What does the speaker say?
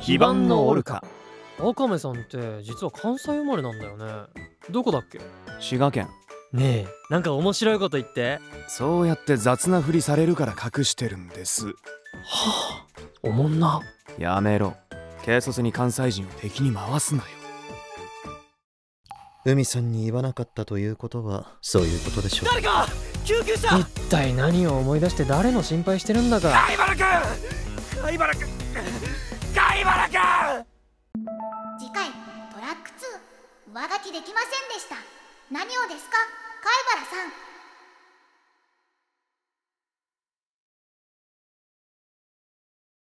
非番のオルカ赤目さんって実は関西生まれなんだよねどこだっけ滋賀県ねえなんか面白いこと言ってそうやって雑なふりされるから隠してるんですはあおもんなやめろ軽率に関西人を敵に回すなよ海さんに言わなかったということはそういうことでしょう誰か救急車一体何を思い出して誰の心配してるんだか貝原君貝原君貝原君次回トラック2上書きできませんでした何をですか貝原さん